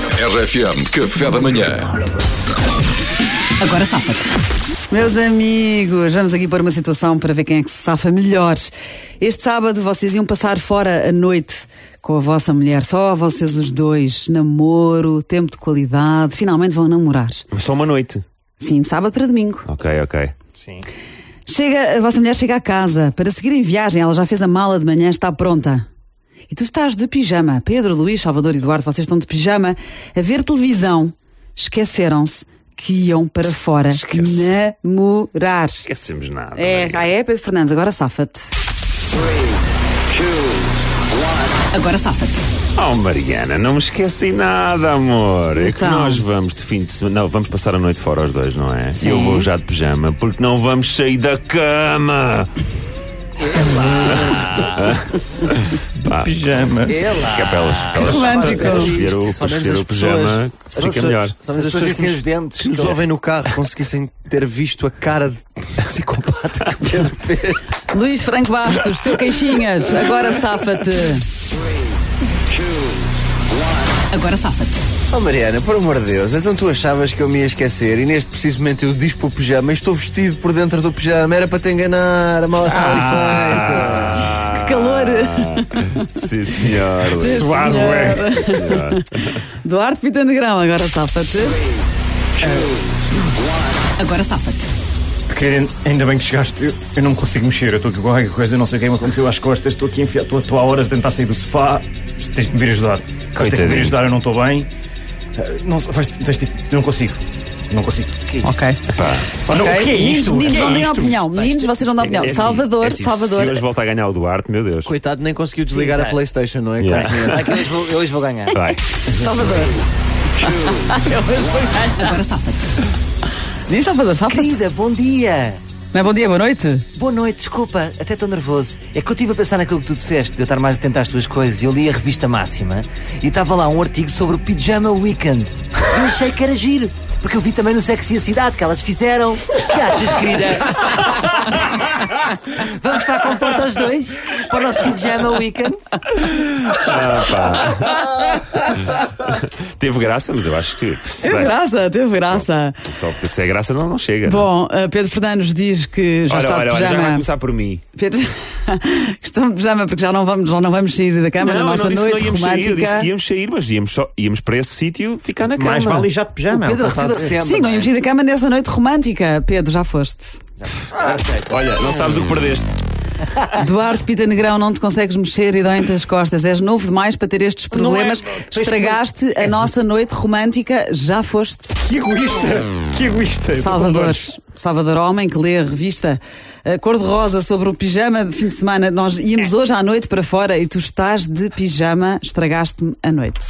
RFM, café da manhã. Agora safa-te. Meus amigos, vamos aqui pôr uma situação para ver quem é que se safa melhor. Este sábado vocês iam passar fora a noite com a vossa mulher, só vocês os dois. Namoro, tempo de qualidade, finalmente vão namorar. Só uma noite. Sim, de sábado para domingo. Ok, ok. Chega, a vossa mulher chega a casa. Para seguir em viagem, ela já fez a mala de manhã, está pronta. E tu estás de pijama. Pedro, Luís, Salvador e Eduardo, vocês estão de pijama a ver televisão. Esqueceram-se que iam para fora Esquece. namorar. Esquecemos nada. É, ah, é, Pedro Fernandes, agora safa-te. Agora safa-te. Oh, Mariana, não me esqueci nada, amor. É que Então. nós vamos de fim de semana. Não, vamos passar a noite fora os dois, não é? E eu vou já de pijama, porque não vamos sair da cama. Pá, pijama. que é para elas, para elas, Romântico. para elas escolher o, para Ao menos escolher as o pijama, que fica melhor. São as pessoas que nos- que nos ouvem no carro conseguissem ter visto a cara de psicopata que o Pedro fez. Luís Franco Bastos, seu queixinhas, agora safa-te. Agora safa-te. Oh Mariana, por amor de Deus, então tu achavas que eu me ia esquecer e neste preciso momento eu dispo o pijama e estou vestido por dentro do pijama, era para te enganar, a mala está Ah. ali feita. Que calor! Sim, senhor. Suado é. Sim, senhor. Duarte Pita Negrão, agora safa-te. Agora safa-te. Querendo, ainda bem que chegaste. Eu, eu não me consigo mexer. Eu estou aqui com qualquer coisa. Eu não sei o que me aconteceu às costas. Estou aqui enfiado. Estou estou há horas a tentar sair do sofá. Tens de me vir ajudar. Tens de me vir Coitadinho. ajudar. Eu não estou bem. Ah, Não, sei, vais, tens de, eu não consigo. Não consigo. Ok. Não, o que é Meninos, isto? O que meninos, é não dêem isto? opinião. Meninos, vocês não dão opinião. É assim, é Salvador, assim, Se Salvador. hoje volta a ganhar o Duarte, meu Deus. Coitado, Ah, nem conseguiu desligar a Playstation, não é? Yeah. Convenhamos. Vai. Salvador. Agora safa-te. Diz Salvador, safa-te. Querida, bom dia! Não é bom dia, boa noite? Boa noite, desculpa, até estou nervoso. É que eu estive a pensar naquilo que tu disseste, de eu estar mais atento às tuas coisas. Eu li a revista Máxima e estava lá um artigo sobre o Pijama Weekend. Eu achei que era giro, porque eu vi também no Sexy a Cidade que elas fizeram. O que achas, querida? Vamos para a comporta aos dois? Para o nosso Pijama Weekend? Teve graça, mas eu acho É que. Teve graça, teve graça. Só porque se é graça não, não chega. Bom, uh, Pedro Fernandes diz que já olha, está olha, de olha, já vai pijama. começar por mim. Pedro, estão de pijama porque já não vamos, já não vamos sair da cama na eu É nossa disse que noite não íamos sair, eu disse romântica. que íamos sair, mas íamos, só, íamos para esse sítio ficar na cama. Mais vale ir já de pijama. Pedro, é o que eu estava a retira dizer. sempre. Sim, não íamos é? sair da cama nessa noite romântica. Pedro, já foste. Olha, não sabes o que perdeste. Duarte Pita Negrão, não te consegues mexer e dói-te as costas. És novo demais para ter estes é, problemas. Estragaste a nossa noite romântica. Já foste. Que egoísta. Que egoísta. Eu tô com Salvador. dores. Salvador Homem, que lê a revista a Cor-de-Rosa sobre o pijama de fim de semana. Nós íamos hoje à noite para fora e tu estás de pijama, estragaste-me a noite.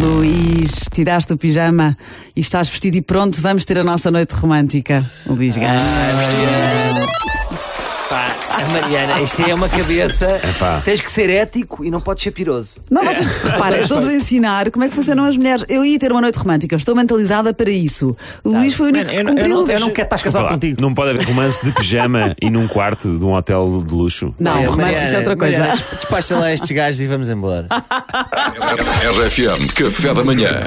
Luís, tiraste o pijama e estás vestido e pronto, vamos ter a nossa noite romântica. O Luís ganha. Pá, Mariana, isto é uma cabeça. Epá. Tens que ser ético e não podes ser piroso. Não, vocês, É. repara, eu estou-vos a ensinar como é que funcionam as mulheres. Eu ia ter uma noite romântica, eu estou mentalizada para isso. O Luís foi o único Tá. Mano, eu, que não- eu, cumpriu. não, eu não quero estar Desculpa casado lá, contigo. Não pode haver romance de pijama e num quarto de um hotel de luxo. Não, Mariana, romance isso é outra coisa. Mariana, desp- despacha lá estes gajos e vamos embora. RFM, café da manhã.